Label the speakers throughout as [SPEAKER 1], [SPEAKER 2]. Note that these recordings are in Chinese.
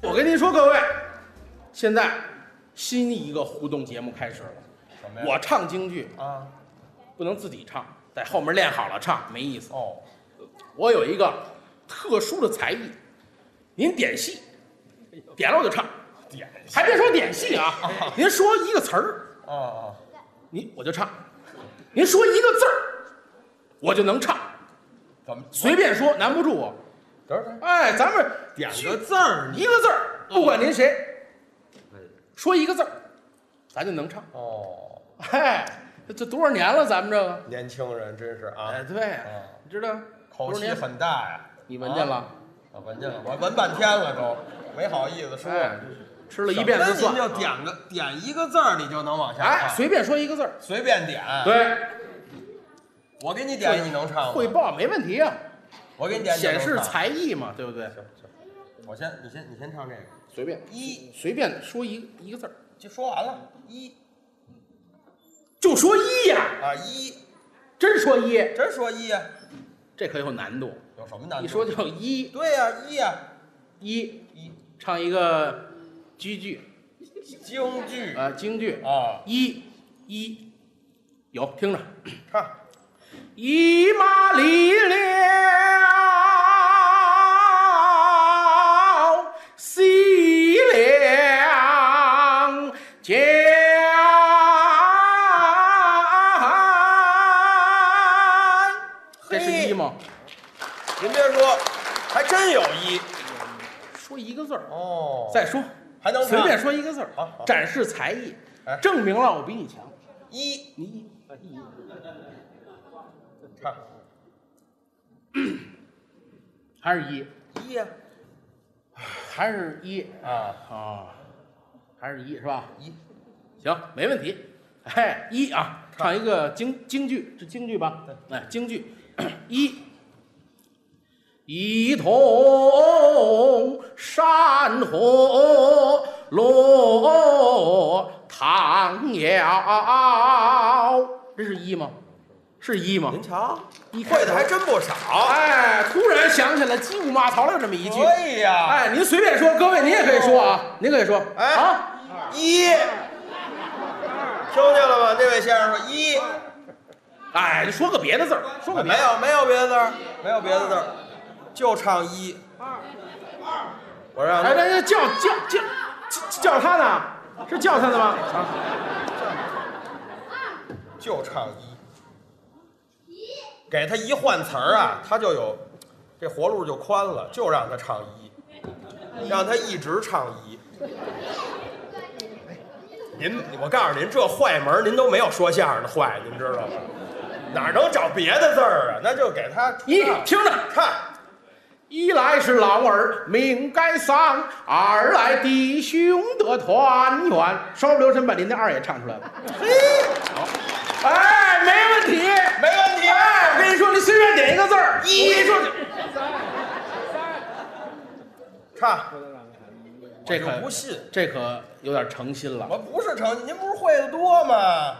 [SPEAKER 1] 我跟您说，各位，现在新一个互动节目开始了。
[SPEAKER 2] 什么呀？
[SPEAKER 1] 我唱京剧
[SPEAKER 2] 啊，
[SPEAKER 1] 不能自己唱，在后面练好了唱没意思。
[SPEAKER 2] 哦，
[SPEAKER 1] 我有一个特殊的才艺，您点戏，点了我就唱，
[SPEAKER 2] 点心
[SPEAKER 1] 还别说点戏啊，您说一个词儿，
[SPEAKER 2] 啊啊，
[SPEAKER 1] 您我就唱；您说一个字儿，我就能唱，
[SPEAKER 2] 怎么？
[SPEAKER 1] 随便说，难不住我。
[SPEAKER 2] 等会儿，等会儿
[SPEAKER 1] 哎，咱们
[SPEAKER 3] 点
[SPEAKER 1] 去
[SPEAKER 3] 个字儿，
[SPEAKER 1] 一个字儿，不管您谁，说一个字儿，咱就能唱。
[SPEAKER 2] 哦，
[SPEAKER 1] 哎，这这多少年了，咱们这个，
[SPEAKER 2] 年轻人真是啊
[SPEAKER 1] 哎，，对
[SPEAKER 2] 嗯，
[SPEAKER 1] 你知道
[SPEAKER 2] 口
[SPEAKER 1] 多少
[SPEAKER 2] 气
[SPEAKER 1] 年？
[SPEAKER 2] 很大呀。
[SPEAKER 1] 你闻见
[SPEAKER 2] 啊？
[SPEAKER 1] 了？
[SPEAKER 2] 我闻见了，我闻半天了都，没好意思说。
[SPEAKER 1] 哎，吃了一遍就
[SPEAKER 3] 那您
[SPEAKER 1] 算。
[SPEAKER 3] 就点个点一个字儿，你就能往下
[SPEAKER 1] 哎，
[SPEAKER 3] 唱。
[SPEAKER 1] 随便说一个字儿，
[SPEAKER 2] 随便点，
[SPEAKER 1] 对，
[SPEAKER 2] 我给你点，你能唱吗？
[SPEAKER 1] 汇报没问题啊，
[SPEAKER 2] 我给你哎点，你能
[SPEAKER 1] 显示
[SPEAKER 2] 唱
[SPEAKER 1] 才艺嘛，对不对？
[SPEAKER 2] 行行，我先，你先，你先唱这个。
[SPEAKER 1] 随便
[SPEAKER 2] 一
[SPEAKER 1] 随便说一一个字儿，
[SPEAKER 2] 就说完了，一
[SPEAKER 1] 就说一呀，
[SPEAKER 2] 啊一，
[SPEAKER 1] 真说一，
[SPEAKER 2] 真说一呀？
[SPEAKER 1] 这可有难度。
[SPEAKER 2] 有什么难度？
[SPEAKER 1] 一说就一
[SPEAKER 2] 对呀，一呀，
[SPEAKER 1] 一，
[SPEAKER 2] 一
[SPEAKER 1] 唱一个京剧
[SPEAKER 2] 京剧
[SPEAKER 1] 啊，京剧
[SPEAKER 2] 啊，
[SPEAKER 1] 一一，有听着。
[SPEAKER 2] 唱
[SPEAKER 1] 一马离了西凉江，这是一吗？
[SPEAKER 2] 您别说，还真有一
[SPEAKER 1] 说一个字儿，啊
[SPEAKER 2] 哦
[SPEAKER 1] 再说，
[SPEAKER 2] 还能唱
[SPEAKER 1] 随便说一个字儿啊
[SPEAKER 2] 好好，
[SPEAKER 1] 展示才艺
[SPEAKER 2] 哎，
[SPEAKER 1] 证明了我比你强。
[SPEAKER 2] 一
[SPEAKER 1] 你一啊一
[SPEAKER 2] 唱
[SPEAKER 1] 还是一
[SPEAKER 2] 一呀
[SPEAKER 1] 还是一
[SPEAKER 2] 啊
[SPEAKER 1] 啊，还是一是吧？
[SPEAKER 2] 一
[SPEAKER 1] 行，没问题。哎，一啊，唱一个京京剧，是京剧吧？哎，京剧，一，一同山河落唐尧，这是一吗？是一吗？
[SPEAKER 2] 瞧，
[SPEAKER 1] 一开
[SPEAKER 2] 会
[SPEAKER 1] 头
[SPEAKER 2] 的还真不少。
[SPEAKER 1] 哎，突然想起来鸡骨骂曹了这么一句。
[SPEAKER 2] 可以呀，
[SPEAKER 1] 哎，您随便说，各位您也可以说啊，您可以说
[SPEAKER 2] 哎
[SPEAKER 1] 啊，
[SPEAKER 2] 一，听见了吗？这位先生说一，
[SPEAKER 1] 哎，说个别的字儿，说个别
[SPEAKER 2] 没
[SPEAKER 1] 的。
[SPEAKER 2] 有没有别的字儿，没有别的字儿，就唱一。我让
[SPEAKER 1] 哎，
[SPEAKER 2] 他
[SPEAKER 1] 那那叫叫叫叫叫他呢？是叫他的吗？啊，
[SPEAKER 2] 就唱一，给他一换词儿啊，他就有这活路就宽了，就让他唱一，让他一直唱一。哎您，我告诉您，这坏门儿您都没有说相声的坏，您知道吗？哪能找别的字儿啊？那就给他
[SPEAKER 1] 一
[SPEAKER 2] 唱
[SPEAKER 1] 听着，
[SPEAKER 2] 看，
[SPEAKER 1] 一来是老儿命该丧，二来弟兄得团圆。稍不留神把您的二也唱出来了。嘿，好，哎，没问题。
[SPEAKER 2] 没问题。
[SPEAKER 1] 哎，我跟你说，你随便点一个字儿，
[SPEAKER 2] 一
[SPEAKER 1] 我跟你说，
[SPEAKER 2] 唱，
[SPEAKER 1] 这
[SPEAKER 2] 我
[SPEAKER 1] 可
[SPEAKER 2] 就不信，
[SPEAKER 1] 这可有点诚心了，
[SPEAKER 2] 我不是成，您不是会的多吗？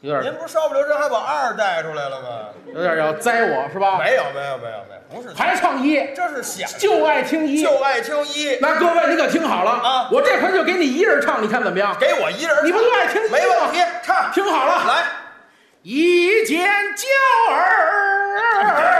[SPEAKER 1] 有
[SPEAKER 2] 您
[SPEAKER 1] 点
[SPEAKER 2] 不是稍不留神还把二带出来了吗？
[SPEAKER 1] 有点要栽我是吧？
[SPEAKER 2] 没有，没有，没有，没有，不是，
[SPEAKER 1] 还唱一，
[SPEAKER 2] 这是想的
[SPEAKER 1] 就爱听一。
[SPEAKER 2] 就爱听一，
[SPEAKER 1] 那各位，你可听好了
[SPEAKER 2] 啊
[SPEAKER 1] 我这回就给你一人唱，你看怎么样？
[SPEAKER 2] 给我一人唱，
[SPEAKER 1] 你不就爱听啊一
[SPEAKER 2] 没问
[SPEAKER 1] 吗
[SPEAKER 2] 题？，唱
[SPEAKER 1] 听好了，
[SPEAKER 2] 来，
[SPEAKER 1] 一见娇儿